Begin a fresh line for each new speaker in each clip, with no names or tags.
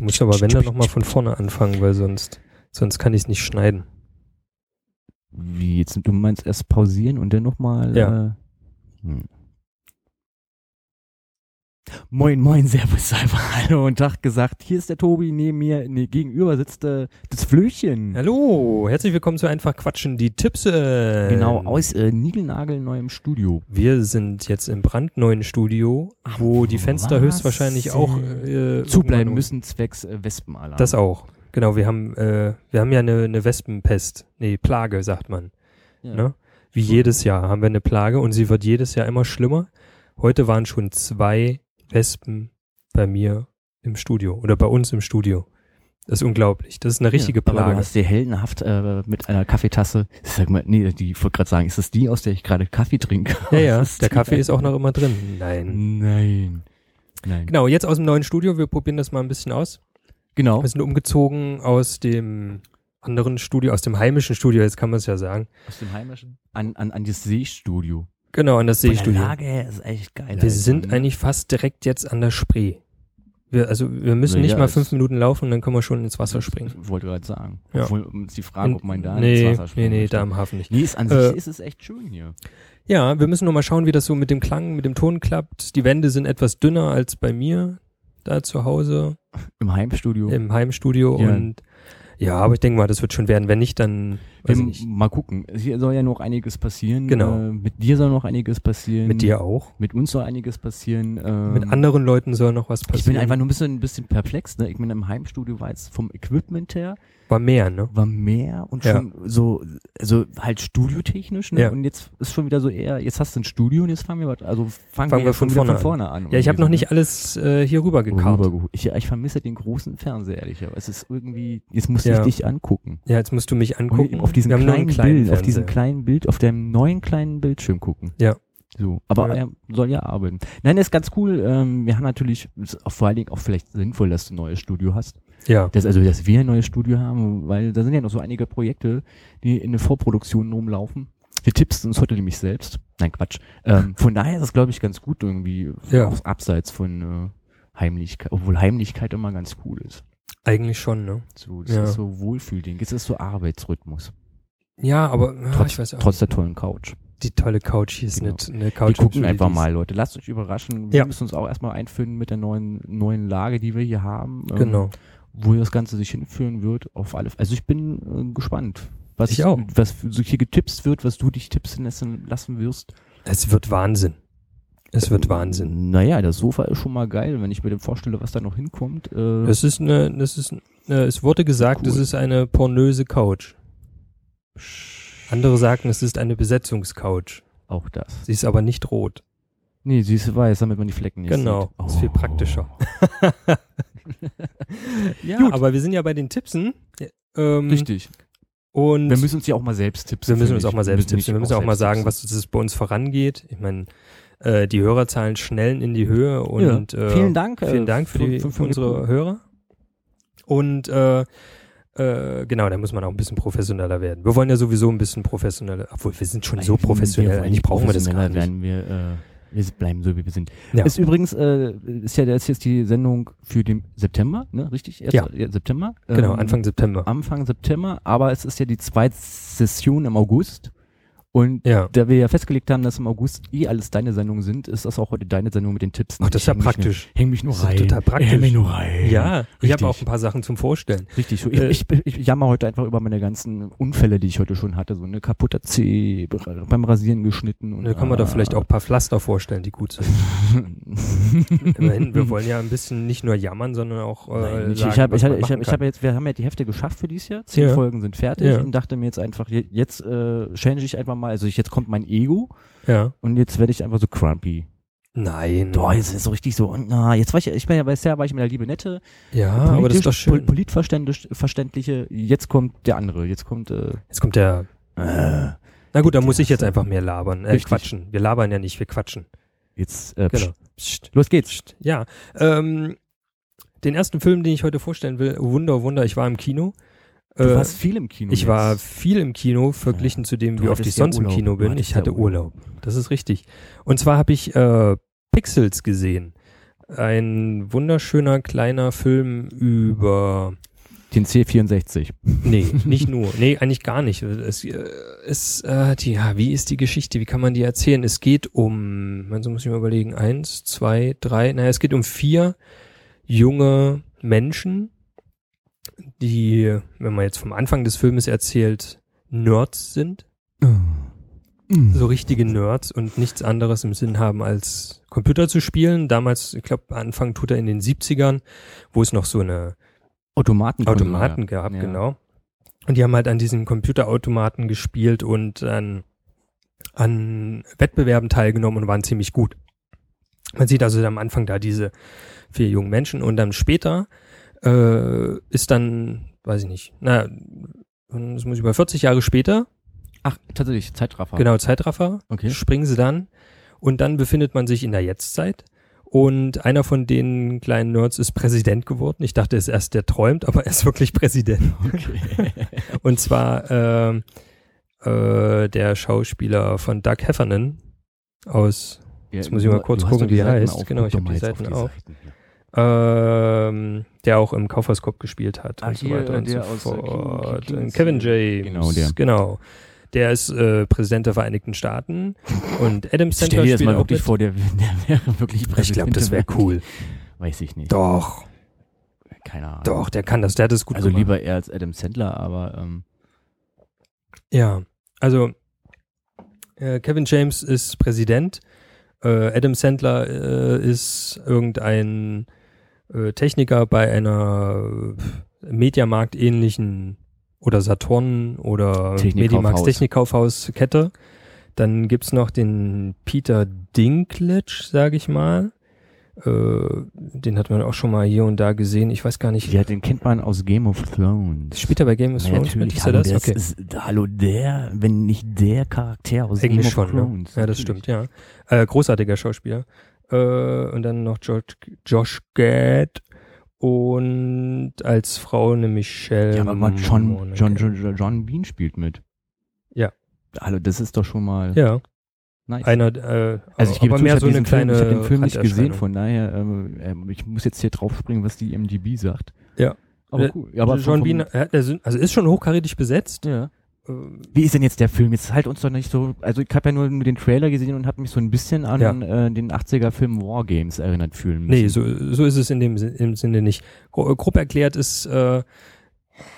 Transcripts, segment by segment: muss aber wenn dann nochmal von vorne anfangen, weil sonst, sonst kann ich es nicht schneiden.
Wie jetzt? Du meinst erst pausieren und dann nochmal.
Ja.
Äh, hm. Moin, moin, Servus, Cyber, hallo und Tag gesagt. Hier ist der Tobi, neben mir, nee, gegenüber sitzt äh, das Flöchchen.
Hallo, herzlich willkommen zu Einfach Quatschen, die Tipps. äh.
Genau, aus äh, Nigelnagel neuem Studio.
Wir sind jetzt im brandneuen Studio, wo die Fenster
was
höchstwahrscheinlich auch äh,
Zubleiben
irgendwann-
müssen zwecks äh, Wespenalarm.
Das auch. Genau, wir haben, äh, wir haben ja eine, eine Wespenpest. Nee, Plage, sagt man.
Ja.
Ne? Wie jedes Jahr haben wir eine Plage und sie wird jedes Jahr immer schlimmer. Heute waren schon zwei Wespen bei mir im Studio oder bei uns im Studio. Das ist unglaublich. Das ist eine richtige
ja, Aber du
Plage.
hast dir heldenhaft äh, mit einer Kaffeetasse, ich sag mal, nee, die ich wollte gerade sagen, ist das die, aus der ich gerade Kaffee trinke?
Ja, ja,
Das
der
die-
Kaffee ist auch noch immer drin. Nein.
Nein. Nein.
Genau, jetzt aus dem neuen Studio. Wir probieren das mal ein bisschen aus.
Genau.
Wir sind umgezogen aus dem anderen Studio, aus dem heimischen Studio, jetzt kann man es ja sagen.
Aus dem heimischen? An, an, an das Seestudio.
Genau, an das
Von
Seestudio.
der Lage her ist echt geil.
Wir sind eigentlich fast direkt jetzt an der Spree. Wir, also wir müssen
Na
nicht
ja,
mal
es-
fünf Minuten laufen und dann können wir schon ins Wasser springen.
Ich wollte gerade sagen.
Ja.
Obwohl, um die Frage, ob man da
nee,
ins Wasser springen
Nee, nee,
möchte.
da am Hafen nicht.
Nee, ist an
Äh,
sich ist es echt schön hier.
Ja, wir müssen noch mal schauen, wie das so mit dem Klang, mit dem Ton klappt. Die Wände sind etwas dünner als bei mir da zu Hause
Im Heimstudio.
im Heimstudio
Ja.
und ja, aber ich denke mal, das wird schon werden. Wenn nicht, dann weiß ich
Wir-
nicht.
mal gucken. Hier soll ja noch einiges passieren.
Genau.
Äh, mit dir soll noch einiges passieren.
Mit dir auch.
Mit uns soll einiges passieren. Ähm,
Mit anderen Leuten soll noch was
Ich bin
passieren.
einfach nur ein bisschen, ein bisschen perplex. Ne? Ich bin im Heimstudio, war jetzt vom Equipment her,
war mehr, ne?
war mehr und
Ja.
schon so, also halt studiotechnisch. Ne?
Ja.
Und jetzt ist schon wieder so eher, jetzt hast du ein Studio und jetzt fangen wir, was- also fangen,
Fangen
wir,
wir von
schon wieder von
vorne
vorne an.
Ja, ich habe noch
irgendwie
nicht alles äh, hier rüber
so, ne?
gekarrt.
Rübergeholt. Ich, ich vermisse den großen Fernseher, ehrlich. Aber es ist irgendwie, jetzt muss
Ja.
ich dich angucken.
Ja, jetzt musst du mich
Und
angucken.
Auf diesem
wir haben nur einen
kleinen,
kleinen
Bild, auf diesem
Fernseher.
kleinen Bild, auf deinem neuen kleinen Bildschirm gucken.
Ja.
So, aber
Ja.
er soll ja arbeiten. Nein, ist ganz cool. Ähm, wir haben natürlich, ist auch vor allen Dingen auch vielleicht sinnvoll, dass du ein neues Studio hast.
Ja,
Das, also, dass wir ein neues Studio haben, weil da sind ja noch so einige Projekte, die in der Vorproduktion rumlaufen. Wir tippst uns heute nämlich selbst. Nein, Quatsch. Ähm, von daher ist es, glaube ich, ganz gut irgendwie,
Ja.
auch abseits von äh, Heimlichkeit, obwohl Heimlichkeit immer ganz cool ist.
eigentlich schon, ne?
So, das
Ja.
ist so Wohlfühlding, es ist so Arbeitsrhythmus.
Ja, aber ja, ich weiß auch
Trotz der tollen Couch.
nicht. die tolle Couch hier ist
Genau.
nicht eine Couch.
wir gucken
für
einfach
die-
mal, Leute. Lasst euch überraschen. Wir
Ja.
müssen uns auch erstmal einfinden mit der neuen, neuen Lage, die wir hier haben. ähm,
Genau.
Wo das Ganze sich hinführen wird. Auf alle. Also ich bin äh, gespannt, was,
Ich auch.
was so hier getippst wird, was du dich tippsen lassen, lassen wirst.
Es wird Wahnsinn. Es wird Wahnsinn.
Naja, das Sofa ist schon mal geil, wenn ich mir dem vorstelle, was da noch hinkommt. Äh,
Es ist eine, das ist eine, es wurde gesagt,
Cool.
es ist eine pornöse Couch. Andere sagten, es ist eine Besetzungscouch.
auch das.
Sie ist aber nicht rot.
Nee, sie ist weiß, damit man die Flecken nicht Oh.
Genau,
sieht.
ist viel praktischer.
ja,
Gut,
aber
aber wir sind ja bei den Tippsen. Ähm,
Oh. richtig.
Und
Wir müssen uns ja auch mal selbst tippsen.
wir müssen uns
finde
auch
ich.
mal selbst
nicht
tippen. Wir müssen auch, mal
selbst
sagen,
tippsen.
was es bei uns vorangeht. Ich meine, äh, die Hörerzahlen schnellen in die Höhe und
ja.
äh,
vielen Dank, äh,
vielen Dank für, die,
für- für
für unsere Hörer. Und äh, äh, genau, da muss man auch ein bisschen professioneller werden. Wir wollen ja sowieso ein bisschen professioneller, obwohl wir sind schon so professionell, eigentlich brauchen wir das gar nicht.
Werden wir, äh, wir bleiben so, wie wir sind.
Ja.
Ist übrigens, äh, ist ja das ist jetzt die Sendung für den September, ne? richtig? Erst-
Ja.
September. Ähm,
Genau, Anfang September.
Anfang September, aber es ist ja die zweite Session im August. Und
Ja.
da wir ja festgelegt haben, dass im August eh alles deine Sendungen sind, ist das auch heute deine Sendung mit den Tipps.
Ach, das ist
Ich
ja
häng mich
praktisch.
nur- Häng mich nur
Das ist
rein.
total praktisch.
Häng mich nur rein.
Ja, ich
richtig.
habe auch ein paar Sachen zum Vorstellen.
Richtig, so.
Äh,
Ich, ich, ich jammer heute einfach über meine ganzen Unfälle, die ich heute schon hatte. So eine kaputter Zeh be- beim Rasieren geschnitten. Und,
Da kann man doch vielleicht auch ein paar Pflaster vorstellen, die gut sind. Immerhin, wir wollen ja ein bisschen nicht nur jammern, sondern auch äh,
Nein, ich
sagen,
ich habe
was
ich hab,
man
ich hab,
machen
ich
kann.
hab jetzt, wir haben ja die Hefte geschafft für dieses Jahr. Zehn
Ja.
Folgen sind fertig
Ja.
und dachte mir jetzt einfach, je- jetzt äh, change ich einfach mal, also ich, jetzt kommt mein Ego
ja.
und jetzt werde ich einfach so crumpy.
Nein.
Boah, jetzt ist so richtig so, und na, jetzt war ich, ich bin ja bisher war ich mit der liebe Nette,
ja, Ah, aber das ist doch
pol-
schön.
politverständlich, verständliche, jetzt kommt der andere, jetzt kommt, äh,
Jetzt kommt der.
äh
Na gut, da muss ich jetzt einfach mehr labern. Äh,
Richtig.
quatschen. Wir labern ja nicht, wir quatschen.
jetzt, äh,
Genau.
pst, los geht's.
Ja. Ähm, den ersten Film, den ich heute vorstellen will, Wunder, Wunder, ich war im Kino.
Du
Äh,
warst viel im Kino.
ich
jetzt.
war viel im Kino, verglichen zu dem,
Du
wie oft
hattest
ich
ja
sonst im
Urlaub.
Kino
Du
bin.
hattest
Ich hatte
ja Urlaub.
Urlaub. Das ist richtig. Und zwar habe ich äh, Pixels gesehen. Ein wunderschöner kleiner Film über.
Den C64.
Nee, nicht nur. Nee, eigentlich gar nicht. Es äh, ist, äh, die, ja, wie ist die Geschichte? Wie kann man die erzählen? Es geht um, man so muss ich mal überlegen, eins, zwei, drei, naja, es geht um vier junge Menschen, die, wenn man jetzt vom Anfang des Filmes erzählt, Nerds sind. So richtige Nerds und nichts anderes im Sinn haben, als Computer zu spielen. Damals, ich glaube, Anfang tut er in den 70ern, wo es noch so eine
Automaten.
Automaten gehabt,
Ja.
genau. Und die haben halt an diesen Computerautomaten gespielt und an, an Wettbewerben teilgenommen und waren ziemlich gut. Man sieht also am Anfang da diese vier jungen Menschen und dann später äh, ist dann, weiß ich nicht, na, das muss ich mal 40 Jahre später,
Ach, tatsächlich, Zeitraffer.
genau, Zeitraffer,
Okay.
springen sie dann und dann befindet man sich in der Jetztzeit. Und einer von den kleinen Nerds ist Präsident geworden. Ich dachte, er ist erst der träumt, aber er ist wirklich Präsident.
okay.
Und zwar ähm, äh, der Schauspieler von Doug Heffernan aus, Jetzt muss ich mal kurz gucken, wie er heißt. Genau, ich hab die Seiten auf. ähm, der auch im Kaufhauskorb gespielt hat
Ah,
und so
hier,
weiter
äh,
und so
der aus, äh, King-
fort.
King- King-
Kevin James.
Genau, der.
Genau. Der ist äh, Präsident der Vereinigten Staaten und Adam
Stell
Sandler
dir das
spielt
mal
auch
wirklich
mit.
vor, der, der wäre wirklich Präsident.
Ich glaube, das wäre cool.
Weiß ich nicht.
Doch.
Keine Ahnung.
Doch, der kann das, der hat das gut
Also
gemacht.
lieber er als Adam Sandler, aber ähm,
Ja, also äh, Kevin James ist Präsident, äh, Adam Sandler äh, ist irgendein äh, Techniker bei einer äh, Mediamarkt-ähnlichen oder Saturn oder
Technikkaufhaus.
Mediamarkt Technikkaufhaus-Kette. Dann gibt's noch den Peter Dinklage, sage ich mal. Äh, den hat man auch schon mal hier und da gesehen. Ich weiß gar nicht.
ja, den kennt man aus Game of Thrones.
Spielt er bei Game of
Ja,
Thrones mit?
natürlich,
Ist er
hallo,
das? Okay.
ist, hallo, der, wenn nicht der Charakter aus
Eigentlich
Game of
schon, ne?
Thrones.
Ja, das
natürlich.
stimmt, ja. Äh, großartiger Schauspieler. Äh, und dann noch George, Josh Gad und als Frau eine Michelle.
Ja, aber
Ähm,
mal John,
Monaghan.
John, John, John Bean spielt mit.
oh, Ja.
Hallo, das ist doch schon mal
Ja,
nice.
einer, äh,
also ich gebe
aber
zu,
mehr
ich
so
habe
eine
diesen, Film-
kleine.
ich hab den Film nicht gesehen,
Randerscheinung.
von daher, ähm, ähm, ich muss jetzt hier drauf springen, was die MDB sagt.
Ja. Äh,
Aber cool. Ja, aber
John
vom-
Bean, äh, der sind- also ist schon hochkarätig besetzt.
Ja.
Ähm,
Wie ist denn jetzt der Film? Jetzt halt uns doch nicht so. Also ich habe ja nur, nur den Trailer gesehen und habe mich so ein bisschen an äh, den 80er-Film Wargames erinnert fühlen müssen.
Nee, so, so ist es in dem, Sin- im Sinne nicht. Gro grob erklärt ist, äh,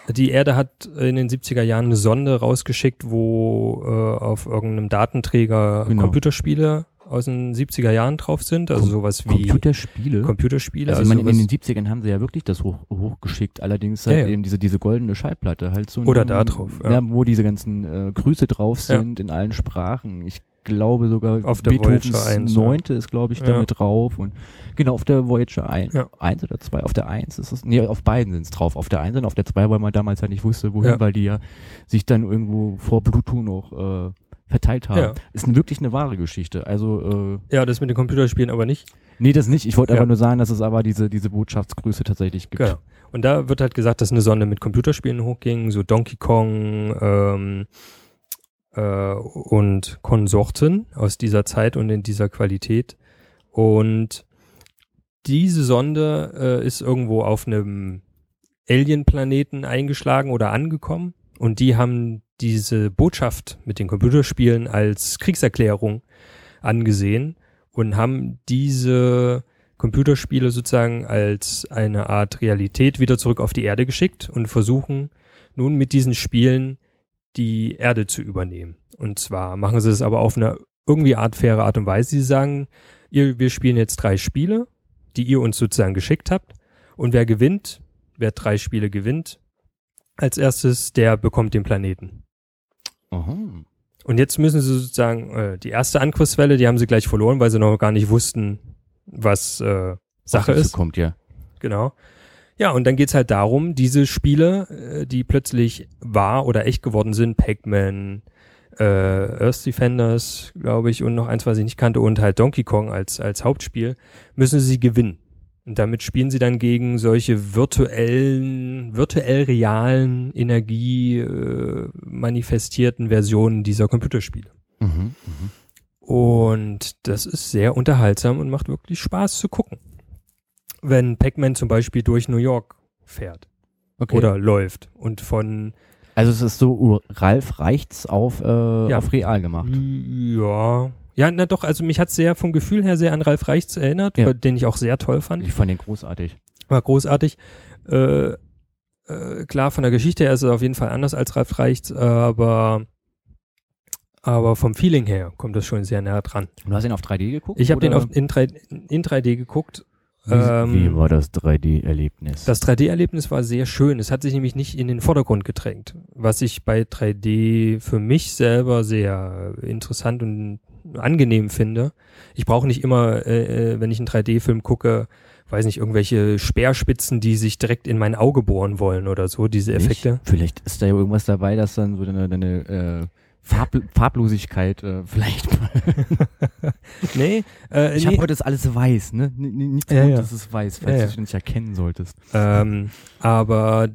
die Erde hat in den 70er Jahren eine Sonde rausgeschickt, wo äh, auf irgendeinem Datenträger
Genau.
Computerspiele aus den 70er Jahren drauf sind, also
Com-
sowas wie
Computerspiele.
Computerspiele.
also, ich meine, in
sowas-
den 70ern haben sie ja wirklich das hoch, hochgeschickt, allerdings halt
Ja, ja.
eben diese, diese goldene Schallplatte halt so.
Oder da drauf,
Ja.
ja.
wo diese ganzen äh, Grüße drauf
Ja.
sind in allen Sprachen. Ich glaube sogar
Auf der Voyager 1, ja.
neunte ist, glaube ich,
Ja.
damit drauf. Und genau, auf der Voyager 1,
Ja.
eins oder zwei. auf der 1 ist es, nee, auf beiden sind es drauf. Auf der 1 und auf der 2, weil man damals ja nicht wusste, wohin,
Ja.
weil die ja sich dann irgendwo vor Bluetooth noch äh, verteilt haben.
Ja.
Ist wirklich eine wahre Geschichte. Also, äh,
ja, das mit den Computerspielen aber nicht.
Nee, das nicht. Ich wollte
Ja.
aber nur sagen, dass es aber diese, diese Botschaftsgrüße tatsächlich gibt.
Genau. Und da wird halt gesagt, dass eine Sonde mit Computerspielen hochging, so Donkey Kong ähm, äh, und Konsorten aus dieser Zeit und in dieser Qualität. Und diese Sonde äh, ist irgendwo auf einem Alien-Planeten eingeschlagen oder angekommen. Und die haben diese Botschaft mit den Computerspielen als Kriegserklärung angesehen und haben diese Computerspiele sozusagen als eine Art Realität wieder zurück auf die Erde geschickt und versuchen nun mit diesen Spielen die Erde zu übernehmen. Und zwar machen sie es aber auf eine irgendwie Art faire Art und Weise. Sie sagen, ihr, wir spielen jetzt drei Spiele, die ihr uns sozusagen geschickt habt. Und wer gewinnt, wer drei Spiele gewinnt, als erstes, der bekommt den Planeten.
Aha.
Und jetzt müssen sie sozusagen äh, die erste Angriffswelle, die haben sie gleich verloren, weil sie noch gar nicht wussten, was äh, Sache
Dazu
ist.
kommt ja.
Genau. Ja, und dann geht's halt darum, diese Spiele, äh, die plötzlich wahr oder echt geworden sind, Pac-Man, äh, Earth Defenders, glaube ich, und noch eins, was ich nicht kannte, und halt Donkey Kong als, als Hauptspiel, müssen sie gewinnen. Und damit spielen sie dann gegen solche virtuellen, virtuell realen, Energie äh, manifestierten Versionen dieser Computerspiele.
Mhm.
Und das ist sehr unterhaltsam und macht wirklich Spaß zu gucken. wenn Pac-Man zum Beispiel durch New York fährt
Okay.
oder läuft und von,
also es ist so, uh, Ralf reicht's auf, äh,
Ja. Mhm.
auf real gemacht.
ja, ja, na doch, also mich hat sehr vom Gefühl her sehr an Ralf Reichts erinnert,
Ja.
den ich auch sehr toll fand.
Ich fand den großartig.
War großartig. Äh, äh, klar, von der Geschichte her ist es auf jeden Fall anders als Ralf Reichts, aber, aber vom Feeling her kommt das schon sehr nah dran.
Und du hast ihn auf 3D geguckt?
Ich habe den
oder?
auf, in, 3, in 3D geguckt.
Wie,
ähm,
wie war das 3D-Erlebnis?
Das 3D-Erlebnis war sehr schön. Es hat sich nämlich nicht in den Vordergrund gedrängt, was ich bei 3D für mich selber sehr interessant und angenehm finde. Ich brauche nicht immer, äh, äh, wenn ich einen 3D-Film gucke, weiß nicht, irgendwelche Speerspitzen, die sich direkt in mein Auge bohren wollen oder so, diese Effekte.
Nicht? Vielleicht ist da ja irgendwas dabei, dass dann so deine, deine äh, Farb, Farblosigkeit äh, vielleicht.
Nee, äh,
Ich
nee.
habe heute das alles weiß, ne? N n- nichts
Ja,
ja,
ja.
Gutes ist weiß, falls
Ja, ja.
du es nicht erkennen solltest.
Ähm, aber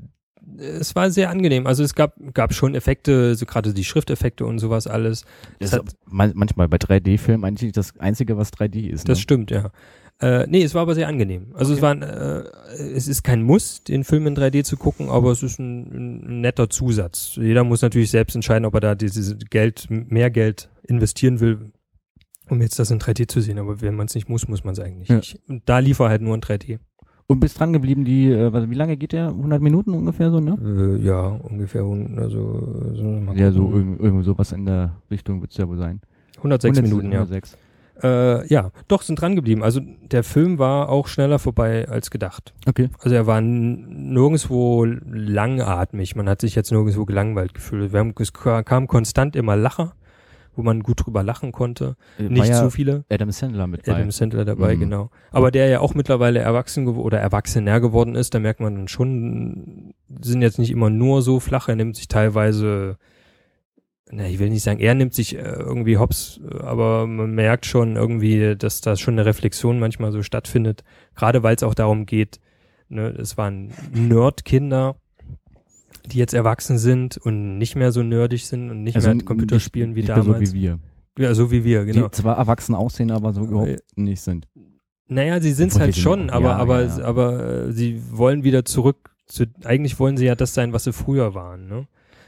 es war sehr angenehm. Also es gab, gab schon Effekte, so gerade die Schrifteffekte und sowas alles.
Das
Das
ist
hat-
man manchmal bei 3D-Filmen eigentlich das Einzige, was 3D ist.
Das
ne?
stimmt, ja. Äh, nee, es war aber sehr angenehm. Also es war, ein, äh, es ist kein Muss, den Film in 3D zu gucken, aber es ist ein, ein netter Zusatz. Jeder muss natürlich selbst entscheiden, ob er da dieses Geld, mehr Geld investieren will, um jetzt das in 3D zu sehen. Aber wenn man es nicht muss, muss man es eigentlich
Ja.
nicht. Und da lief er halt nur in 3D.
Und bist dran geblieben, die, äh, was- wie lange geht der? 100 Minuten ungefähr so, ne?
Äh, ja, ungefähr, un- also, so mal
Ja, so
gucken.
irgend, irgend sowas in der Richtung wird's ja wohl sein.
106 Minuten, ja.
106.
Äh, ja, doch, sind dran geblieben. Also der Film war auch schneller vorbei als gedacht.
Okay.
Also er war n- nirgendwo langatmig. Man hat sich jetzt nirgendwo gelangweilt gefühlt. Wir haben, es ka- kam konstant immer Lacher, wo man gut drüber lachen konnte.
Äh, war
Nicht
ja
zu viele.
Adam Sandler mit bei.
Adam Sandler dabei,
Mhm.
genau. Aber der ja auch mittlerweile erwachsen gew- oder erwachsener geworden ist, da merkt man dann schon, sind jetzt nicht immer nur so flach. Er nimmt sich teilweise, na, ich will nicht sagen, er nimmt sich äh, irgendwie hops, aber man merkt schon irgendwie, dass da schon eine Reflexion manchmal so stattfindet. Gerade weil es auch darum geht, ne, es waren Nerdkinder, die jetzt erwachsen sind und nicht mehr so nerdig sind und
Also
nicht mehr Computerspielen wie
nicht, nicht mehr
damals.
So wie wir.
ja, so wie wir, genau. Äh,
Die zwar erwachsen aussehen, aber so überhaupt nicht sind.
Naja, sie sind's
Obwohl
halt
wir sind
schon,
auch-
aber,
ja,
aber,
ja, ja.
aber äh, sie wollen wieder zurück zu, eigentlich wollen sie ja das sein, was sie früher waren, ne?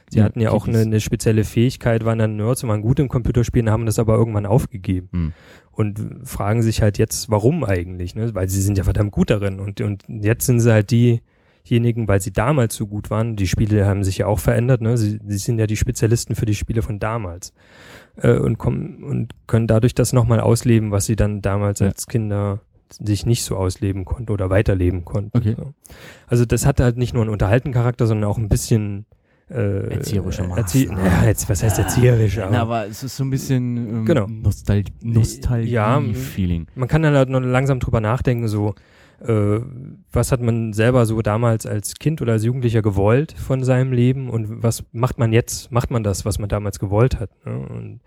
Sie
Ja,
hatten ja auch eine,
Kiddies.
eine spezielle Fähigkeit, waren dann Nerds und waren gut im Computerspielen, haben das aber irgendwann aufgegeben.
Hm.
Und fragen sich halt jetzt, warum eigentlich, ne? Weil sie sind ja verdammt gut darin und, und jetzt sind sie halt diejenigen, weil sie damals so gut waren. Die Spiele haben sich ja auch verändert, ne? Sie, sie sind ja die Spezialisten für die Spiele von damals. Äh, und kommen, und können dadurch das nochmal ausleben, was sie dann damals
Ja.
als Kinder sich nicht so ausleben konnten oder weiterleben konnten.
Okay.
So. Also das hatte halt nicht nur einen unterhaltenden Charakter, sondern auch ein bisschen äh,
Erzieherische
Erzie
Maßnahmen.
ja, jetzt, was heißt erzieherisch?
Na,
Aber
aber es ist so ein bisschen ähm,
Genau.
Nostal
Ja, m-
Nostalgie-Feeling.
man kann dann halt noch langsam drüber nachdenken, so äh, was hat man selber so damals als Kind oder als Jugendlicher gewollt von seinem Leben und was macht man jetzt? Macht man das, was man damals gewollt hat? Ne? Und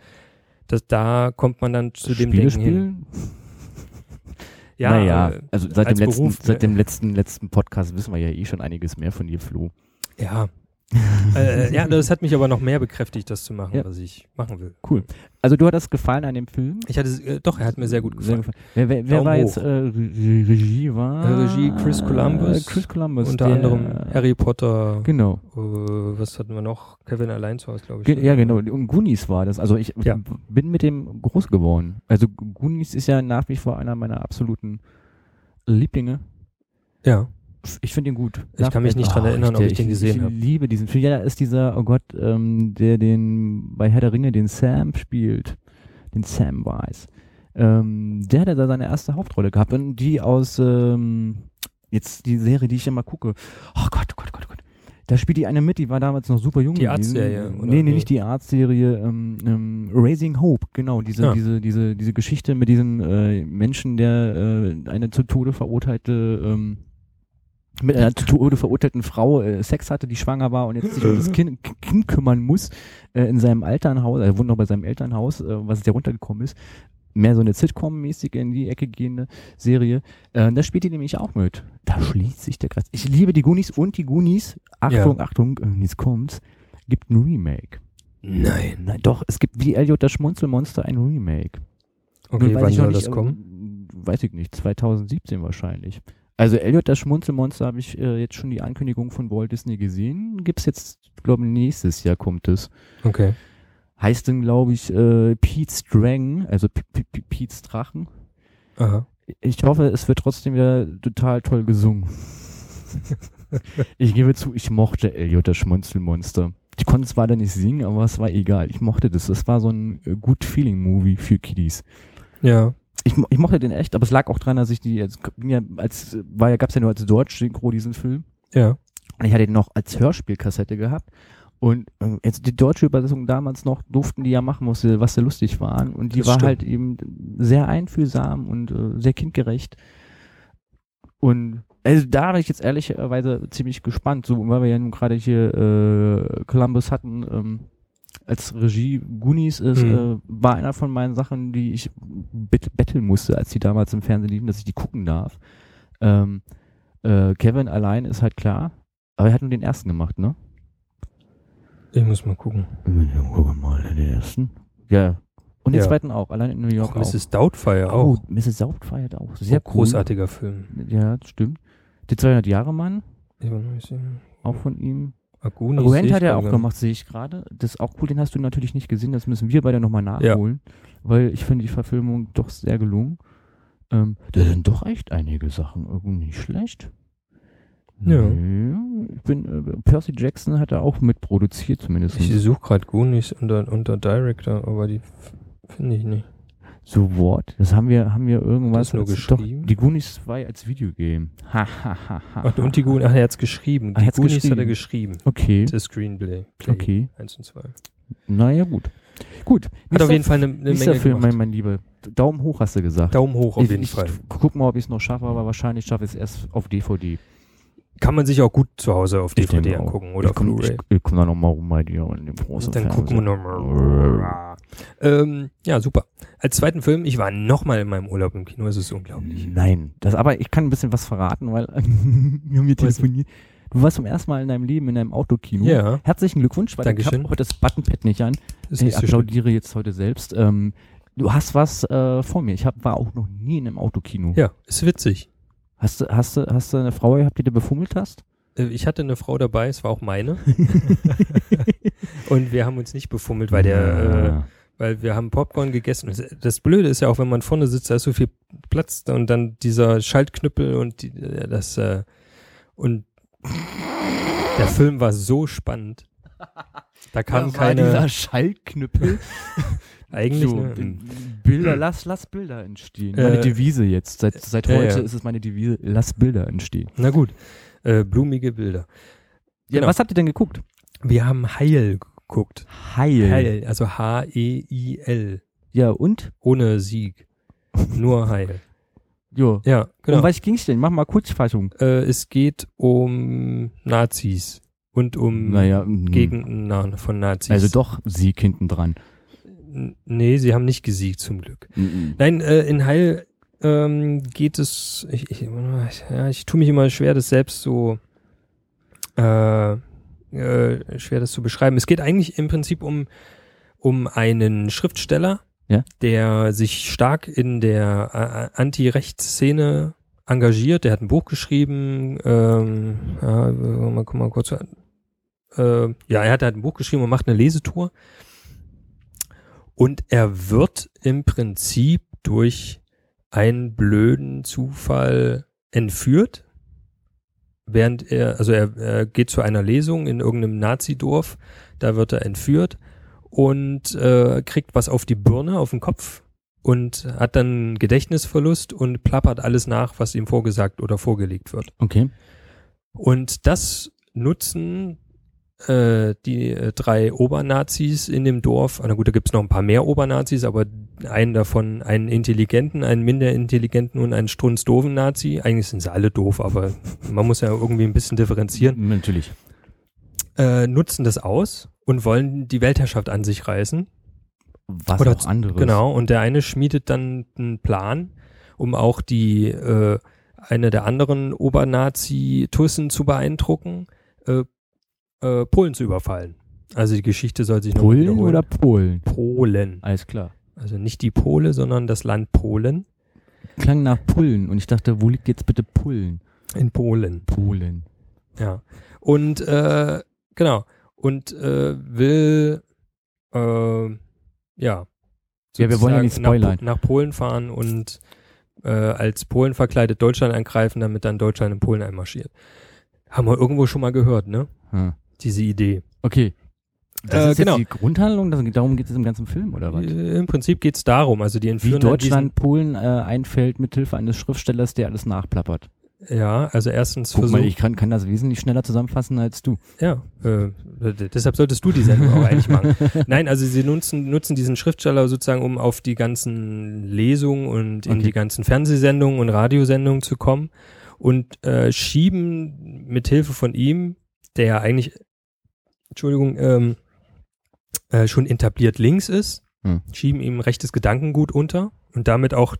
das, da kommt man dann zu dem Denken hin.
Spiele spielen? naja,
äh,
also seit dem
als
letzten,
Beruf, ne?
seit dem letzten letzten Podcast wissen wir ja eh schon einiges mehr von dir, Flo.
ja. äh, ja, das hat mich aber noch mehr bekräftigt, das zu machen,
Ja.
was ich machen will.
Also du hattest gefallen an dem Film?
Ich hatte, äh, doch, er hat mir sehr gut gefallen.
Wer, wer, wer
Daumen
war
hoch.
jetzt äh, Re- Re- Regie war? Äh,
Äh, Regie Chris Columbus.
Chris Columbus.
Unter
der-
anderem Harry Potter,
Genau.
äh, was hatten wir noch? Kevin allein zu Hause, glaube ich. ne?
Ge ja, genau. Und Goonies war das. Also ich
Ja.
bin mit dem groß geworden. Also Goonies ist ja nach wie vor einer meiner absoluten Lieblinge.
Ja.
Ich finde ihn gut. Ah,
Ich kann mich nicht dran erinnern, ob ich den gesehen habe.
Ich liebe diesen Film. Ja, da ist dieser, oh Gott, ähm, der den bei Herr der Ringe den Sam spielt. Den Samwise. Ähm, der hat ja da seine erste Hauptrolle gehabt und die aus ähm, jetzt die Serie, die ich immer gucke. Oh Gott, oh Gott, oh Gott, oh Gott. Da spielt die eine mit, die war damals noch super jung.
Die
gewesen.
Arztserie, oder?
Nee, nee,
Nee.
nicht die Arztserie. Ähm, ähm, Raising Hope, genau. Diese,
Ja.
diese, diese, diese Geschichte mit diesem äh, Menschen, der äh, eine zu Tode verurteilte ähm, mit einer zu Tode verurteilten Frau äh, Sex hatte, die schwanger war und jetzt sich um das kind, kind kümmern muss, äh, in seinem Elternhaus, er wohnt noch bei seinem Elternhaus, äh, was ist ja runtergekommen ist, mehr so eine Sitcom-mäßig in die Ecke gehende Serie, äh, da spielt die nämlich auch mit. Da schließt sich der Kreis. Ich liebe die Goonies und die Goonies, Achtung, Achtung, äh, jetzt kommt's, gibt ein Remake.
Nein.
Nein, doch, es gibt wie Elliot das Schmunzelmonster ein Remake.
Okay,
Nun weiß
wann
ich noch
soll
nicht,
das
ähm,
kommen?
Weiß ich nicht, 2017 wahrscheinlich. Also Elliot, das Schmunzelmonster, habe ich äh, jetzt schon die Ankündigung von Walt Disney gesehen. Gibt's jetzt, glaube nächstes Jahr kommt es.
Okay.
Heißt dann, glaube ich, äh, Pete's Dragon, also P P P Pete's Drachen.
Aha.
Ich hoffe, es wird trotzdem wieder total toll gesungen. ich gebe zu, ich mochte Elliot, das Schmunzelmonster. Ich konnte zwar dann nicht singen, aber es war egal. Ich mochte das. Es war so ein äh, good feeling Movie für Kiddies.
Ja.
Ich, mo- ich mochte den echt, aber es lag auch dran, dass ich die jetzt bin ja als äh, war ja gab's ja nur als Deutsch Synchro diesen Film.
Ja.
Und ich hatte den noch als Hörspielkassette gehabt. Und ähm, jetzt die deutsche Übersetzung damals noch durften die ja machen, was sie, was sie lustig waren. Und die
Das
war
stimmt.
halt eben sehr einfühlsam und äh, sehr kindgerecht. Und also da bin ich jetzt ehrlicherweise ziemlich gespannt, so weil wir ja nun gerade hier äh, Columbus hatten ähm, als Regie Goonies ist,
Mhm.
äh, war einer von meinen Sachen, die ich bet betteln musste, als die damals im Fernsehen liefen, dass ich die gucken darf. Ähm, äh, Kevin allein ist halt klar, aber er hat nur den ersten gemacht, ne?
Ich muss mal gucken.
Ja, guck mal, den ersten. Ja. Und den
Ja.
zweiten auch, allein in New York
Auch
auch.
Mrs. Doubtfire auch.
Oh, Mrs. Saubt feiert auch. Sehr
Sehr
cool.
großartiger Film.
Ja, das stimmt. Der 200 Jahre Mann,
Ich war noch nicht sehen.
auch von ihm.
Aguni
Ruent
sehe
hat
ich
er auch
gerade.
gemacht, sehe ich gerade. Das ist auch cool, den hast du natürlich nicht gesehen, das müssen wir beide nochmal nachholen. Weil ich finde die Verfilmung doch sehr gelungen. Ähm, da sind doch echt einige Sachen irgendwie nicht schlecht.
Ja.
Nee, Ich bin, äh, Percy Jackson hat er auch mitproduziert, zumindest.
Ich suche gerade Goonies unter, unter Director, aber die f- finde ich nicht.
So what? Das haben wir, haben wir irgendwas.
Das nur
als-
geschrieben?
Doch, die Goonies 2 als Videogame. Ha, ha, ha, ha.
Und, und die Goonies, ach, er hat es geschrieben.
Ah,
Die
hat's
Goonies hat er
geschrieben.
geschrieben.
Okay,
Das Screenplay. Play
okay.
1 und 2. Hat
Naja, gut. Gut.
auf jeden Fall eine, eine
Nächster
Menge
Film,
gemacht.
mein, mein Lieber. Daumen hoch hast du gesagt.
Daumen hoch auf
ich,
jeden
ich
Fall.
Guck mal, ob ich es noch schaffe, aber wahrscheinlich schaffe ich es erst auf DVD.
Kann man sich auch gut zu Hause auf
Ich
DVD
denke auch.
angucken oder
ich
auf
komm,
Blu-ray.
ich, ich komm da nochmal rum bei dir und dem großen
Dann gucken wir
Fernseher.
nochmal. Ähm, ja, super. Als zweiten Film, ich war nochmal in meinem Urlaub im Kino, es ist unglaublich.
Nein, das aber ich kann ein bisschen was verraten, weil wir haben hier telefoniert. Du warst zum ersten Mal in deinem Leben in einem Autokino.
Ja,
Herzlichen Glückwunsch, weil ich
Dankeschön.
habe heute das Buttonpad nicht an.
ist
Ich
nicht so schlimm.
applaudiere jetzt heute selbst. Ähm, du hast was äh, vor mir. Ich hab, war auch noch nie in einem Autokino.
Ja, ist witzig.
Hast, du, hast, du, hast du eine Frau gehabt, die du befummelt hast?
Äh, Ich hatte eine Frau dabei, es war auch meine. Und wir haben uns nicht befummelt, weil der, äh, weil wir haben Popcorn gegessen. Das- Das Blöde ist ja auch, wenn man vorne sitzt, da ist so viel Platz und dann dieser Schaltknüppel und die, äh, das äh, und der Film war so spannend. Da kam keine
Schallknüppel.
eigentlich.
So,
ne,
Bilder, lass, lass Bilder entstehen.
Äh,
meine Devise jetzt. Seit, seit
ja,
heute
ja.
ist es meine Devise, lass Bilder entstehen.
na gut, äh, blumige Bilder.
Ja,
Genau.
Was habt ihr denn geguckt?
Wir haben Heil geguckt.
Heil.
Heil, also H-E-I-L.
Ja, und?
Ohne Sieg. Nur Heil.
Jo.
Ja, genau.
Um was ging's denn? Mach mal Kurzfassung.
äh, es geht um Nazis und um
Naja, mhm.
Gegenden na- von Nazis.
Also doch Sieg hinten dran.
N- Nee, sie haben nicht gesiegt, zum Glück.
Hm. Mhm.
Nein, äh, in Heil ähm, geht es. Ich, ich, ja, ich tue mich immer schwer, das selbst so. Äh, äh, schwer, das zu beschreiben. Es geht eigentlich im Prinzip um, um einen Schriftsteller,
Ja.
der sich stark in der äh, Anti-Rechts-Szene engagiert. Der hat ein Buch geschrieben. Ähm, ja, mal, guck mal kurz. Äh, ja, er hat halt ein Buch geschrieben und macht eine Lesetour. Und er wird im Prinzip durch einen blöden Zufall entführt. Während er, also er, er geht zu einer Lesung in irgendeinem Nazidorf, da wird er entführt und äh, kriegt was auf die Birne, auf den Kopf und hat dann einen Gedächtnisverlust und plappert alles nach, was ihm vorgesagt oder vorgelegt wird.
Okay.
Und das nutzen äh, die äh, drei Obernazis in dem Dorf. Ah, Na gut, da gibt's noch ein paar mehr Obernazis, aber einen davon, einen intelligenten, einen minder intelligenten und einen strunzdoofen Nazi. Eigentlich sind sie alle doof, aber man muss ja irgendwie ein bisschen differenzieren.
Natürlich.
Äh, nutzen das aus und wollen die Weltherrschaft an sich reißen.
Was
Oder
auch anderes.
Genau, und der eine schmiedet dann einen Plan, um auch die äh, eine der anderen Obernazi-Tussen zu beeindrucken, äh, äh, Polen zu überfallen. Also die Geschichte soll sich noch
Polen
wiederholen.
oder Polen?
Polen.
Alles klar.
Also nicht die Pole, sondern das Land Polen.
Klang nach Pullen und ich dachte, wo liegt jetzt bitte Pullen?
In Polen.
Polen.
Ja. Und äh, genau. Und äh, will äh, ja.
Ja, wir wollen
sozusagen
ja nicht
nach Po-
spoilern.
Nach Polen fahren und äh, als Polen verkleidet Deutschland angreifen, damit dann Deutschland in Polen einmarschiert. Haben wir irgendwo schon mal gehört, ne?
Hm.
Diese Idee.
Okay. Das
Äh,
ist jetzt
genau.
die Grundhandlung, das, darum geht es im ganzen Film, oder was?
Äh, Im Prinzip geht's darum, also die
Wie
entführen dann
Deutschland Polen äh, einfällt mithilfe eines Schriftstellers, der alles nachplappert.
Diesen, ja, also erstens
Guck
versucht
mal, ich kann, kann das wesentlich schneller zusammenfassen als du.
Ja, äh, d- deshalb solltest du die Sendung auch eigentlich machen. Nein, also sie nutzen, nutzen diesen Schriftsteller sozusagen, um auf die ganzen Lesungen und in
Okay.
die ganzen Fernsehsendungen und Radiosendungen zu kommen und äh, schieben mit Hilfe von ihm, der ja eigentlich, Entschuldigung, ähm, äh, schon etabliert links ist,
Hm.
schieben ihm rechtes Gedankengut unter und damit auch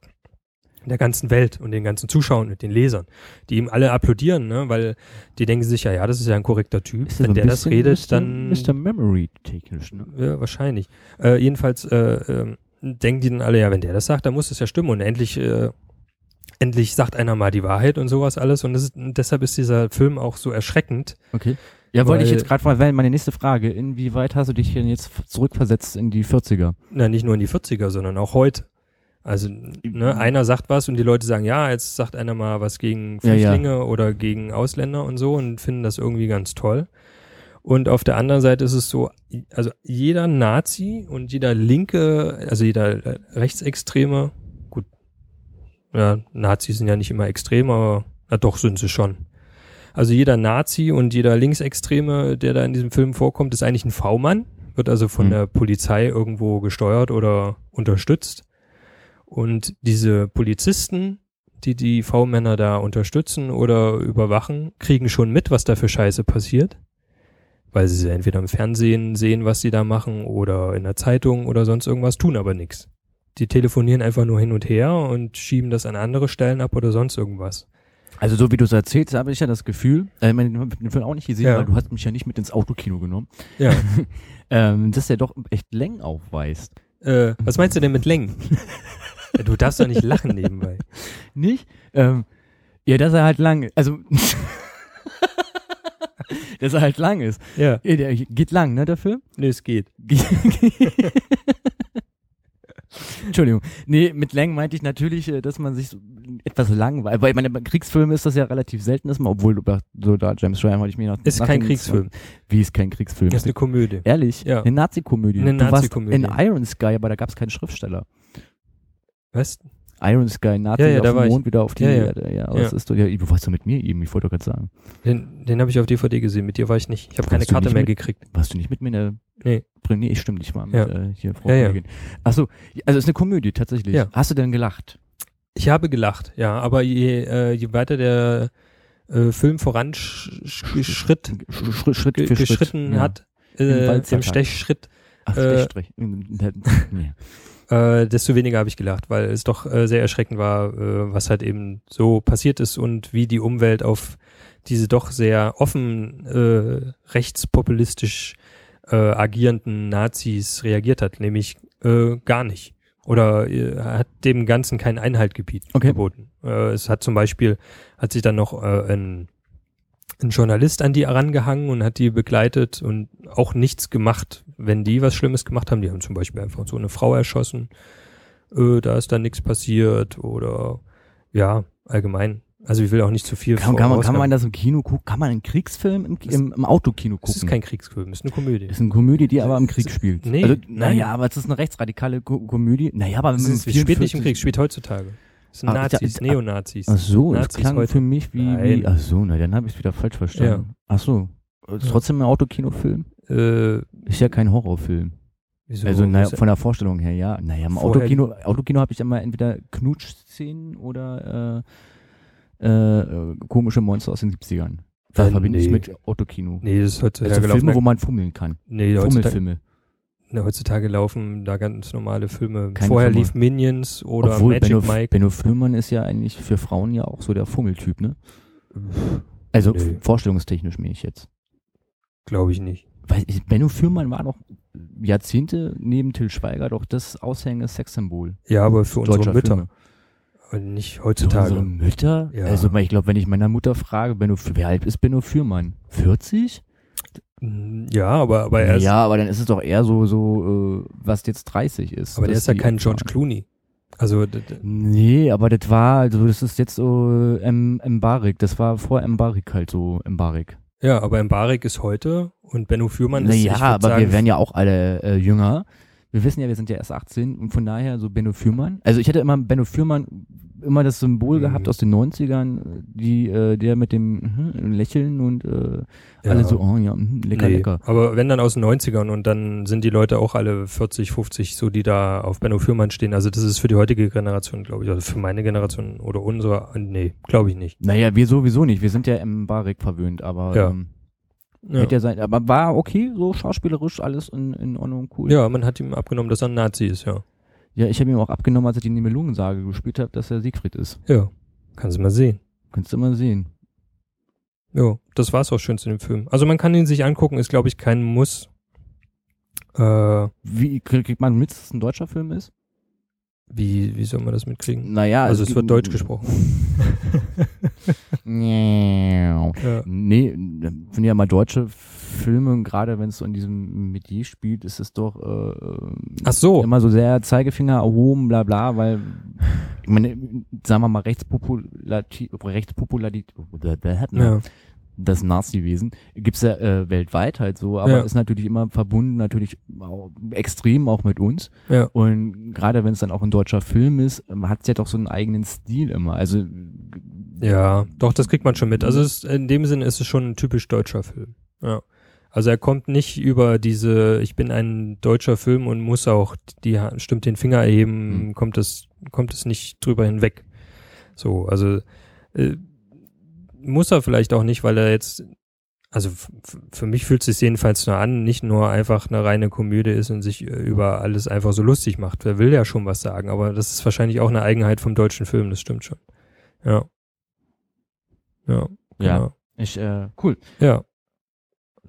der ganzen Welt und den ganzen Zuschauern und den Lesern, die ihm alle applaudieren, ne? weil die denken sich ja, ja, das ist ja ein korrekter Typ.
Ist
Wenn
so ein
der das
bisschen
redet,
Mr.
dann
Mr. Memory technisch, ne?
ja, wahrscheinlich. Äh, jedenfalls äh, ähm, denken die dann alle, ja, wenn der das sagt, dann muss das ja stimmen. Und endlich, äh, endlich sagt einer mal die Wahrheit und sowas alles. Und, das ist, und deshalb ist dieser Film auch so erschreckend.
Okay. Ja, wollte ich
Weil-
jetzt gerade fragen, weil meine nächste Frage, inwieweit hast du dich denn jetzt f- zurückversetzt in die 40er?
Na, nicht nur in die 40er, sondern auch heute. Also,
mhm.
ne, einer sagt was und die Leute sagen, ja, jetzt sagt einer mal was gegen
Ja, ja.
Flüchtlinge oder gegen Ausländer und so und finden das irgendwie ganz toll. Und auf der anderen Seite ist es so, also jeder Nazi und jeder Linke, also jeder äh, Rechtsextreme, gut, ja, Nazis sind ja nicht immer extrem, aber na doch sind sie schon. Also jeder Nazi und jeder Linksextreme, der da in diesem Film vorkommt, ist eigentlich ein V-Mann, wird also von
Mhm.
der Polizei irgendwo gesteuert oder unterstützt. Und diese Polizisten, die die V-Männer da unterstützen oder überwachen, kriegen schon mit, was da für Scheiße passiert. Weil sie entweder im Fernsehen sehen, was sie da machen oder in der Zeitung oder sonst irgendwas, tun aber nichts. Die telefonieren einfach nur hin und her und schieben das an andere Stellen ab oder sonst irgendwas.
Also so wie du es erzählst, habe ich ja das Gefühl, äh, ich meine, ich habe den Film auch nicht gesehen,
Ja.
weil du hast mich ja nicht mit ins Autokino genommen,
Ja.
ähm, dass der doch echt Längen aufweist.
Äh, was meinst du denn mit Längen? du darfst doch nicht lachen nebenbei.
Nicht? Ähm, ja, dass er halt lang ist. Also, dass er halt lang ist.
Ja,
Ja, Der geht lang, ne, der Film?
nee, es geht.
Entschuldigung. Nee, mit lang meinte ich natürlich, äh, dass man sich so etwas langweilt. Weil ich meine, bei Kriegsfilmen ist das ja relativ selten, dass man, obwohl bei Soldat James Ryan hatte ich mir noch.
Ist
nach
kein
dem-
Kriegsfilm.
Wie ist kein Kriegsfilm?
Ist eine Komödie.
Ehrlich?
Ja.
Eine Nazi-Komödie.
Eine
Du warst
Nazi-Komödie.
In Iron Sky, aber da gab es keinen Schriftsteller.
Was?
Iron Sky, Nazi
Ja, ja,
auf
da
dem
war ich.
Mond wieder auf die
Ja, ja.
Erde. Ja, aber
Ja.
das ist doch, ja, du warst doch mit mir eben, ich wollte doch gerade sagen.
Den, den habe ich auf DVD gesehen. Mit dir war ich nicht. Ich habe keine
Hast du
Karte
nicht
mehr
mit-
gekriegt.
Warst du nicht mit mir in der
Nee.
Prim- Nee, ich stimme nicht mal mit
Ja.
äh, hier Frau
Ja, ja.
Kollegin. Achso, also ist eine Komödie tatsächlich.
Ja.
Hast du denn gelacht?
Ich habe gelacht, ja. Aber je, äh, je weiter der äh, Film voranschritt,
Sch Schritt, Schritt für Schritt.
geschritten
Ja.
hat,
Im
äh,
Walzertag.
im Stechschritt,
Ach,
äh,
Strich. Hm, nee.
äh, desto weniger habe ich gelacht, weil es doch äh, sehr erschreckend war, äh, was halt eben so passiert ist und wie die Umwelt auf diese doch sehr offen äh, rechtspopulistisch äh, agierenden Nazis reagiert hat, nämlich äh, gar nicht. Oder äh, hat dem Ganzen keinen Einhalt gebiet,
Okay.
geboten. Äh, es hat zum Beispiel, hat sich dann noch äh, ein, ein Journalist an die herangehangen und hat die begleitet und auch nichts gemacht, wenn die was Schlimmes gemacht haben. Die haben zum Beispiel einfach so eine Frau erschossen. Äh, da ist dann nichts passiert oder ja, allgemein. Also ich will auch nicht zu viel
Kann, kann, man, kann
vorausgaben.
man das im Kino gucken? Kann man einen Kriegsfilm im, Ki-
Es-
im, im Autokino gucken?
Es ist kein Kriegsfilm, es ist eine Komödie.
Ist eine Komödie, die aber im
Es-
Krieg spielt.
nee,
also,
nein.
Naja, aber es ist eine rechtsradikale Ko Komödie. Naja, aber
Es
wenn
ist,
man
spielt nicht im
44
Krieg, spielt heutzutage. Es sind
Ah, ich also-
Nazis,
dachte-
Neonazis.
Ach so, das
Nazis
klang
heute.
für mich wie, wie
Nein.
ach so, na dann habe ich es wieder falsch verstanden. Ach so, ist
Ja.
trotzdem ein Autokinofilm?
Äh,
Ist ja kein Horrorfilm.
wieso?
also naja,
Ist-
von der Vorstellung her, ja. Naja, im
Vorher-
Autokino, Autokino habe ich immer entweder Knutschszenen oder äh, äh, äh, komische Monster aus den 70ern. Da
Äh,
verbinde ich
nee.
mit Autokino.
nee, das ist heutzutage
also
laufen.
Filme, wo man fummeln kann.
nee, heutzutage,
Fummelfilme.
nee, heutzutage laufen da ganz normale Filme.
Keine
Vorher
Filme.
lief Minions oder
Obwohl
Magic
Benno,
Mike.
Benno Füllmann ist ja eigentlich für Frauen ja auch so der Fummeltyp, ne? Also
Nee.
f- vorstellungstechnisch meine ich jetzt.
Glaube ich nicht.
Weil ich- Benno Fürmann war noch Jahrzehnte neben Till Schweiger doch das aushängende Sexsymbol
Ja, aber für unsere
deutscher
Mütter.
Filme.
Und nicht
Unsere
heutzutage.
Mütter?
Ja.
Also, ich glaube, wenn ich meiner Mutter frage, Benno, wie alt ist Benno Fürmann? 40?
Mm, Ja, aber, aber er ist,
ja, aber dann ist es doch eher so, so äh, was jetzt 30 ist.
aber der
dass
ist ja
die-
kein George Clooney. Also, d- d-
Nee, aber das war, also das ist jetzt so ähm, Embarik. Das war vor Embarik halt so Embarik.
ja, aber Mbarek ist heute und Benno Fürmann ist,
Naja,
ich würd
aber
sagen,
wir werden ja auch alle äh, jünger. Wir wissen ja, wir sind ja erst 18 und von daher so Benno Fürmann. Also ich hätte immer Benno Fürmann immer das Symbol
Mhm.
gehabt aus den 90ern, die, äh, der mit dem mhm, Lächeln und äh,
ja,
alle so, oh ja, mhm, lecker,
nee.
lecker.
Aber wenn dann aus den 90ern und dann sind die Leute auch alle 40, 50, so die da auf Benno Fürmann stehen. Also das ist für die heutige Generation, glaube ich, also für meine Generation oder unsere, nee, glaube ich nicht.
Naja, wir sowieso nicht. Wir sind ja im Barik verwöhnt, aber
Ja.
ähm,
Ja.
hätte ja sein, aber war okay, so schauspielerisch alles in, in Ordnung, cool.
ja, man hat ihm abgenommen, dass er ein Nazi ist, ja.
Ja, ich habe ihm auch abgenommen, als ich die Nibelungensage gespielt habe, dass er Siegfried ist.
Ja, kannst du mal sehen.
Kannst du mal sehen.
Ja, das war's auch schön zu dem Film. Also man kann ihn sich angucken, ist glaube ich kein Muss. Äh,
Wie krieg- kriegt man mit, dass es ein deutscher Film ist?
wie, wie soll man das mitkriegen?
Naja,
also es
gibt-
wird Deutsch gesprochen.
Nee,
Ja,
Nee, wenn ja mal deutsche Filme, gerade wenn es so in diesem Metier spielt, ist es doch äh,
Ach so,
immer so sehr Zeigefinger erhoben, bla bla, weil ich meine, sagen wir mal, Rechtspopulati Rechtspopularität,
ja,
das Nazi-Wesen gibt's ja äh, weltweit halt so, aber
Ja.
ist natürlich immer verbunden, natürlich auch, extrem auch mit uns.
Ja.
Und gerade wenn es dann auch ein deutscher Film ist, ähm, hat's ja doch so einen eigenen Stil immer. Also
ja, doch, das kriegt man schon mit. Also es, in dem Sinne ist es schon ein typisch deutscher Film. Ja. Also er kommt nicht über diese, ich bin ein deutscher Film und muss auch die Ha- stimmt den Finger erheben, kommt es kommt es nicht drüber hinweg. So, also äh, muss er vielleicht auch nicht, weil er jetzt also f- f- für mich fühlt es sich jedenfalls nur an, nicht nur einfach eine reine Komödie ist und sich äh, über alles einfach so lustig macht. Wer will ja schon was sagen, aber das ist wahrscheinlich auch eine Eigenheit vom deutschen Film, das stimmt schon. Ja. Ja.
Ja.
genau.
ich, äh, cool.
Ja.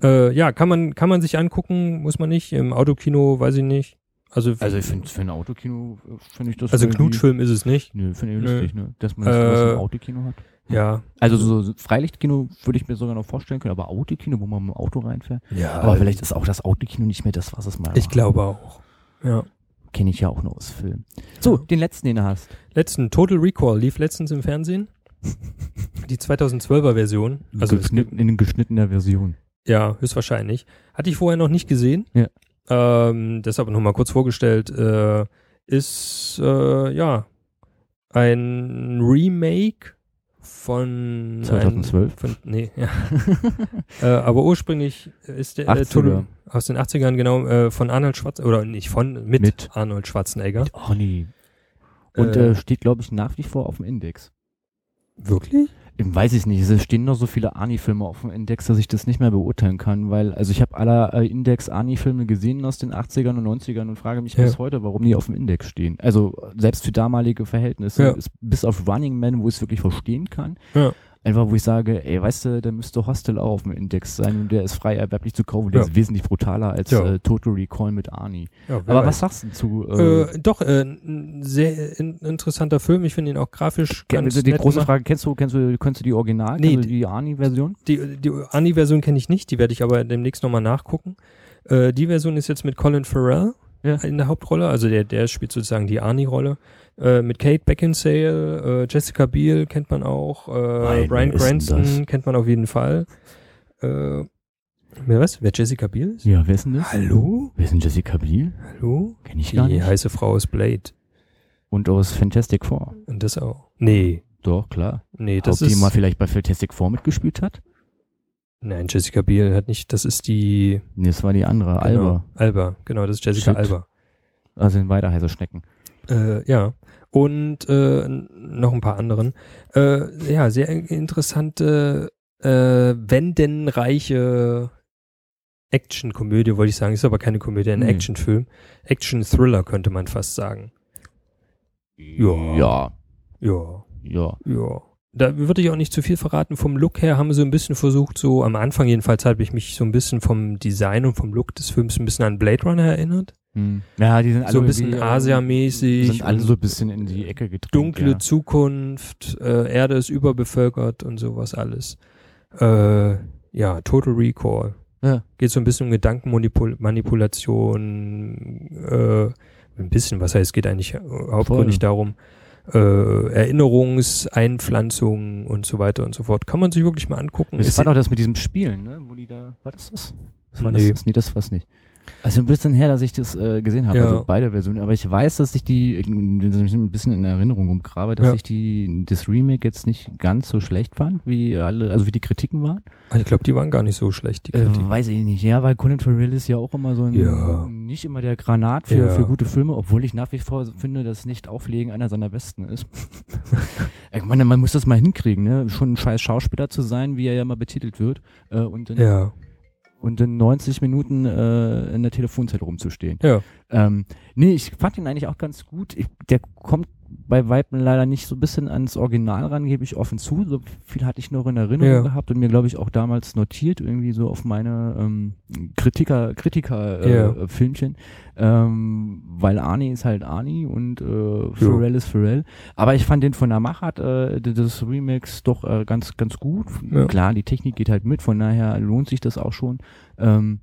Äh, ja, kann man, kann man sich angucken, muss man nicht. Im Autokino, weiß ich nicht. Also, f-
Also ich finde für ein Autokino äh, finde ich das
also
irgendwie-
Knutschfilm ist es nicht.
Nö, finde ich
Nö.
lustig, ne? Dass man das sowas
Äh,
im Autokino hat.
Ja.
Also so so Freilichtkino würde ich mir sogar noch vorstellen können, aber Autokino, wo man mit dem Auto reinfährt.
Ja.
Aber vielleicht ist auch das Autokino nicht mehr das, was es mal
Äh, Ich glaube auch. Ja.
Kenne ich ja auch nur aus Filmen. So,
Ja.
den letzten, den du hast.
Letzten, Total Recall lief letztens im Fernsehen. Die 2012er Version. Also, es gibt,
in geschnittener Version.
Ja, höchstwahrscheinlich. Hatte ich vorher noch nicht gesehen.
Ja.
Ähm, deshalb nochmal kurz vorgestellt. Äh, ist, äh, ja, ein Remake von. Ein,
2012.
von nee, ja. äh, aber ursprünglich ist der. Äh,
80er.
Tunnel- aus den 80ern, genau, äh, von Arnold Schwarzenegger. Oder nicht von, mit,
Mit.
Arnold Schwarzenegger.
Oh nee. Und
Äh,
äh, steht, glaube ich, nach wie vor auf dem Index.
Wirklich?
Ähm, Weiß ich nicht. Es stehen noch so viele Ani-Filme auf dem Index, dass ich das nicht mehr beurteilen kann, weil, also ich habe alle äh, Index-Ani-Filme gesehen aus den 80ern und 90ern und frage mich
Ja.
bis heute, warum die auf dem Index stehen. Also selbst für damalige Verhältnisse,
Ja.
ist, bis auf Running Man, wo ich es wirklich verstehen kann.
Ja.
Einfach, wo ich sage, ey, weißt du, da müsste Hostel auch auf dem Index sein und der ist frei erwerblich zu kaufen. Der
Ja.
ist wesentlich brutaler als
Ja.
äh, Total Recall mit Ani.
Ja, wer
Aber
weiß.
was sagst du zu äh,
Äh, doch, äh, ein sehr in, interessanter Film. Ich finde ihn auch grafisch
Ge-
ganz
also die
nett
große
gemacht.
Frage, kennst du, kennst du, kennst du die Original,
Nee,
kennst du die Ani-Version?
Die, die Ani-Version kenne ich nicht, die werde ich aber demnächst nochmal nachgucken. Äh, die Version ist jetzt mit Colin Farrell
Ja.
in der Hauptrolle, also der, der spielt sozusagen die Ani-Rolle. Äh, mit Kate Beckinsale, äh, Jessica Biel kennt man auch, äh,
Nein,
Brian
wer ist denn
Cranston kennt man auf jeden Fall. Äh, wer was? Wer Jessica Biel ist?
Ja, wer ist denn das?
Hallo?
Wer ist denn Jessica Biel?
Hallo?
Kenn ich
Die
gar nicht.
heiße Frau aus Blade.
Und aus Fantastic Four.
Und das auch. Nee.
Doch, klar.
Nee,
Ob
das
die
ist.
mal vielleicht bei Fantastic Four mitgespielt hat?
Nein, Jessica Biel hat nicht. Das ist die.
Nee, das war die andere, Alba.
Genau, Alba, genau, das ist Jessica
Shit.
Alba.
Also in weiter heiße Schnecken.
Äh, ja. Und äh, n- noch ein paar anderen. Äh, ja, sehr in- interessante, äh, wenn denn reiche Action-Komödie, wollte ich sagen. Ist aber keine Komödie, ein
Nee.
Action-Film. Action-Thriller könnte man fast sagen. Ja.
Ja,
Ja,
ja.
ja. da würde ich auch nicht zu viel verraten. Vom Look her haben sie ein bisschen versucht, so am Anfang jedenfalls habe ich mich so ein bisschen vom Design und vom Look des Films ein bisschen an Blade Runner erinnert.
Hm. Ja, die sind alle
so ein bisschen
irgendwie, äh,
Asia-mäßig.
Sind alle
und
so ein bisschen in die Ecke gedrängt.
dunkle
ja.
Zukunft, äh, Erde ist überbevölkert und sowas alles. Äh, ja, Total Recall.
Ja.
Geht so ein bisschen um Gedankenmanipulation, äh, ein bisschen, was heißt, geht eigentlich hau- hauptsächlich darum,
Voll.
äh, Erinnerungseinpflanzungen und so weiter und so fort. Kann man sich wirklich mal angucken.
Das
Ist-
war doch das mit diesem Spielen, ne? Wo die da. War das das? das war
Nee.
das, das? Nee, das war's nicht. Also ein bisschen her, dass ich das äh, gesehen habe,
Ja.
also beide Versionen. Aber ich weiß, dass ich die, ich ein bisschen in Erinnerung umgrabe, dass
Ja.
ich die, das Remake jetzt nicht ganz so schlecht fand, wie alle, also wie die Kritiken waren.
Ah, ich glaube, die waren gar nicht so schlecht, die
Äh,
Kritiken.
weiß ich nicht, ja, weil Conan Farrell ist ja auch immer so ein,
Ja.
nicht immer der Granat für,
Ja.
für gute Filme, obwohl ich nach wie vor finde, dass nicht Auflegen einer seiner besten ist. ich meine, man muss das mal hinkriegen, ne? schon ein scheiß Schauspieler zu sein, wie er ja immer betitelt wird, äh, und, dann,
Ja,
und dann 90 Minuten äh, in der Telefonzelle rumzustehen.
ja.
Ähm, nee, ich fand ihn eigentlich auch ganz gut. Ich, der kommt bei Weipen leider nicht so ein bisschen ans Original ran, gebe ich offen zu. So viel hatte ich noch in Erinnerung
Ja.
gehabt und mir, glaube ich, auch damals notiert, irgendwie so auf meine ähm, Kritiker, Kritiker äh,
Ja.
äh, Filmchen. Ähm, weil Arnie ist halt Arnie und äh, Pharrell ist Pharrell. Aber ich fand den von der Machart äh, d- des Remix doch äh, ganz, ganz gut.
Ja.
Klar, die Technik geht halt mit, von daher lohnt sich das auch schon. Ähm,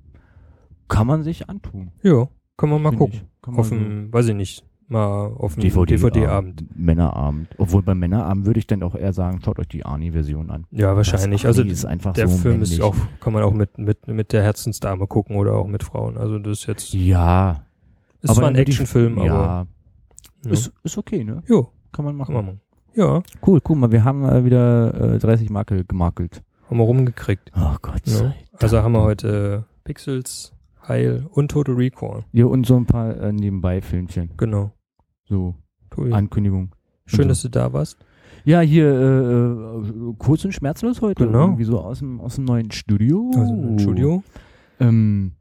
kann man sich antun.
Ja, kann man mal
finde
gucken.
ich. Kann man
Auf
so-
dem, weiß ich nicht, mal auf dem DVD-Abend.
DVD-Abend. Männerabend. Obwohl beim Männerabend würde ich dann auch eher sagen, schaut euch die Arnie-Version an.
Ja, wahrscheinlich.
Das
Also
Arnie ist einfach
der
so
Film ist
männlich.
auch, kann man auch mit, mit, mit der Herzensdame gucken oder auch mit Frauen. Also das ist jetzt,
Ja.
ist zwar ein
dann würde ich-
Actionfilm, aber
ja.
ja.
Ist, ist okay, ne?
jo,
Kann man
kann
machen.
man machen. Ja,
Cool, guck mal, wir haben äh, wieder äh, 30 Makel gemakelt.
haben wir rumgekriegt.
Oh Gott
Ja.
sei Dank.
Also haben wir heute äh, Pixels, Heil und Total Recall.
Ja, und so ein paar äh, Nebenbei-Filmchen.
Genau.
So,
Tobi,
Ankündigung.
schön,
so.
dass du da warst.
Hm. Ja, hier äh, äh, kurz und schmerzlos heute.
Genau.
Irgendwie so aus dem, aus dem neuen Studio.
Also im Studio.
Ähm,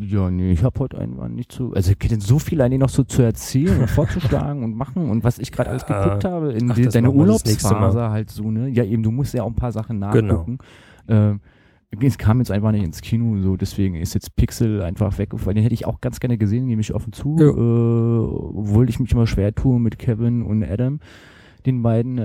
ja, nee, ich habe heute einen, einen nicht so. Also es gibt denn so viel an dir noch so zu erzählen und vorzuschlagen und machen und was ich gerade alles
Ja.
geguckt habe in
Ach,
de
das
deine
machen wir das nächste Mal. Genau.
Urlaubsphase halt so, ne? Ja, eben, du musst ja auch ein paar Sachen nachgucken. Ähm, es kam jetzt einfach nicht ins Kino, so deswegen ist jetzt Pixel einfach weggefallen. Den hätte ich auch ganz gerne gesehen, nehme ich offen zu.
Ja.
Äh, obwohl ich mich immer schwer tue mit Kevin und Adam, den beiden, äh,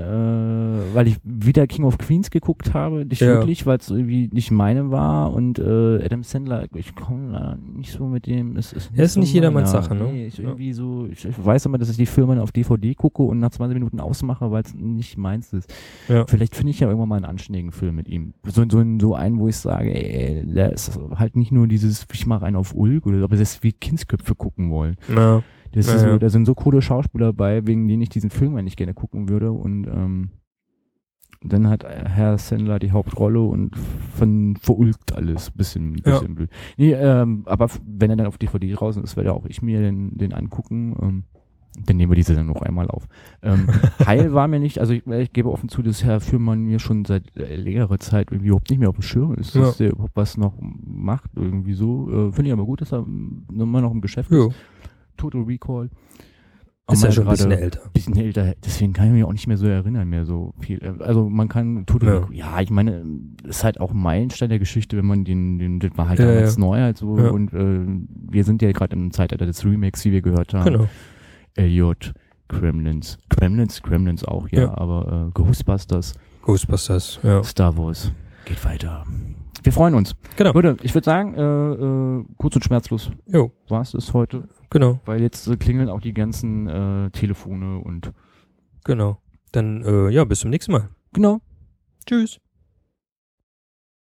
weil ich wieder King of Queens geguckt habe, nicht
Ja.
wirklich, weil es irgendwie nicht meine war und äh, Adam Sandler, ich komme leider nicht so mit dem. Es ist
Ja, ist nicht
so
jedermanns
meiner.
Sache, ne?
Nee, ich,
Ja.
irgendwie so, ich, ich weiß immer, dass ich die Filme dann auf DVD gucke und nach 20 Minuten ausmache, weil es nicht meins ist.
Ja.
Vielleicht finde ich ja irgendwann mal einen anständigen Film mit ihm. So, so, einen- so einen, wo ich sage, ey, da ist halt nicht nur dieses, ich mache einen auf Ulk oder so, aber das ist wie Kindsköpfe gucken wollen.
Ja.
Das
Ja,
ist
ja.
so, da sind so coole Schauspieler bei, wegen denen ich diesen Film eigentlich gerne gucken würde. Und ähm, dann hat Herr Sandler die Hauptrolle und von verulgt alles. Bisschen,
Ja.
bisschen blöd. Nee, ähm, aber f- wenn er dann auf DVD draußen ist, werde auch ich mir den, den angucken. Ähm, dann nehmen wir diese dann noch einmal auf. Ähm, Heil war mir nicht, also ich, ich gebe offen zu, dass Herr Fürmann mir schon seit äh, längerer Zeit irgendwie überhaupt nicht mehr auf dem Schirm ist, dass der überhaupt was noch macht, irgendwie so. Äh, Finde ich aber gut, dass er mm, immer noch im Geschäft ist.
Jo.
Total Recall.
Ist
Aber
ja schon ein
gerade
bisschen älter.
bisschen älter, deswegen kann ich mich auch nicht mehr so erinnern, mehr so viel. Also man kann Total
Ja.
Recall, ja, ich meine, ist halt auch ein Meilenstein der Geschichte, wenn man den, den das war halt
Ja,
damals
ja.
neu halt so
Ja.
und äh, wir sind ja gerade im Zeitalter des Remakes, wie wir gehört haben.
Genau.
Elliot, Gremlins, Gremlins, Gremlins auch, ja,
Ja.
aber äh, Ghostbusters,
Ghostbusters. Ja.
Star Wars, geht weiter. Wir freuen uns.
Genau.
Leute, ich würde sagen, äh, äh, kurz und schmerzlos
Jo.
war es das heute,
Genau.
weil jetzt äh, klingeln auch die ganzen äh, Telefone und
Genau. Dann, äh, ja, bis zum nächsten Mal.
genau.
Tschüss.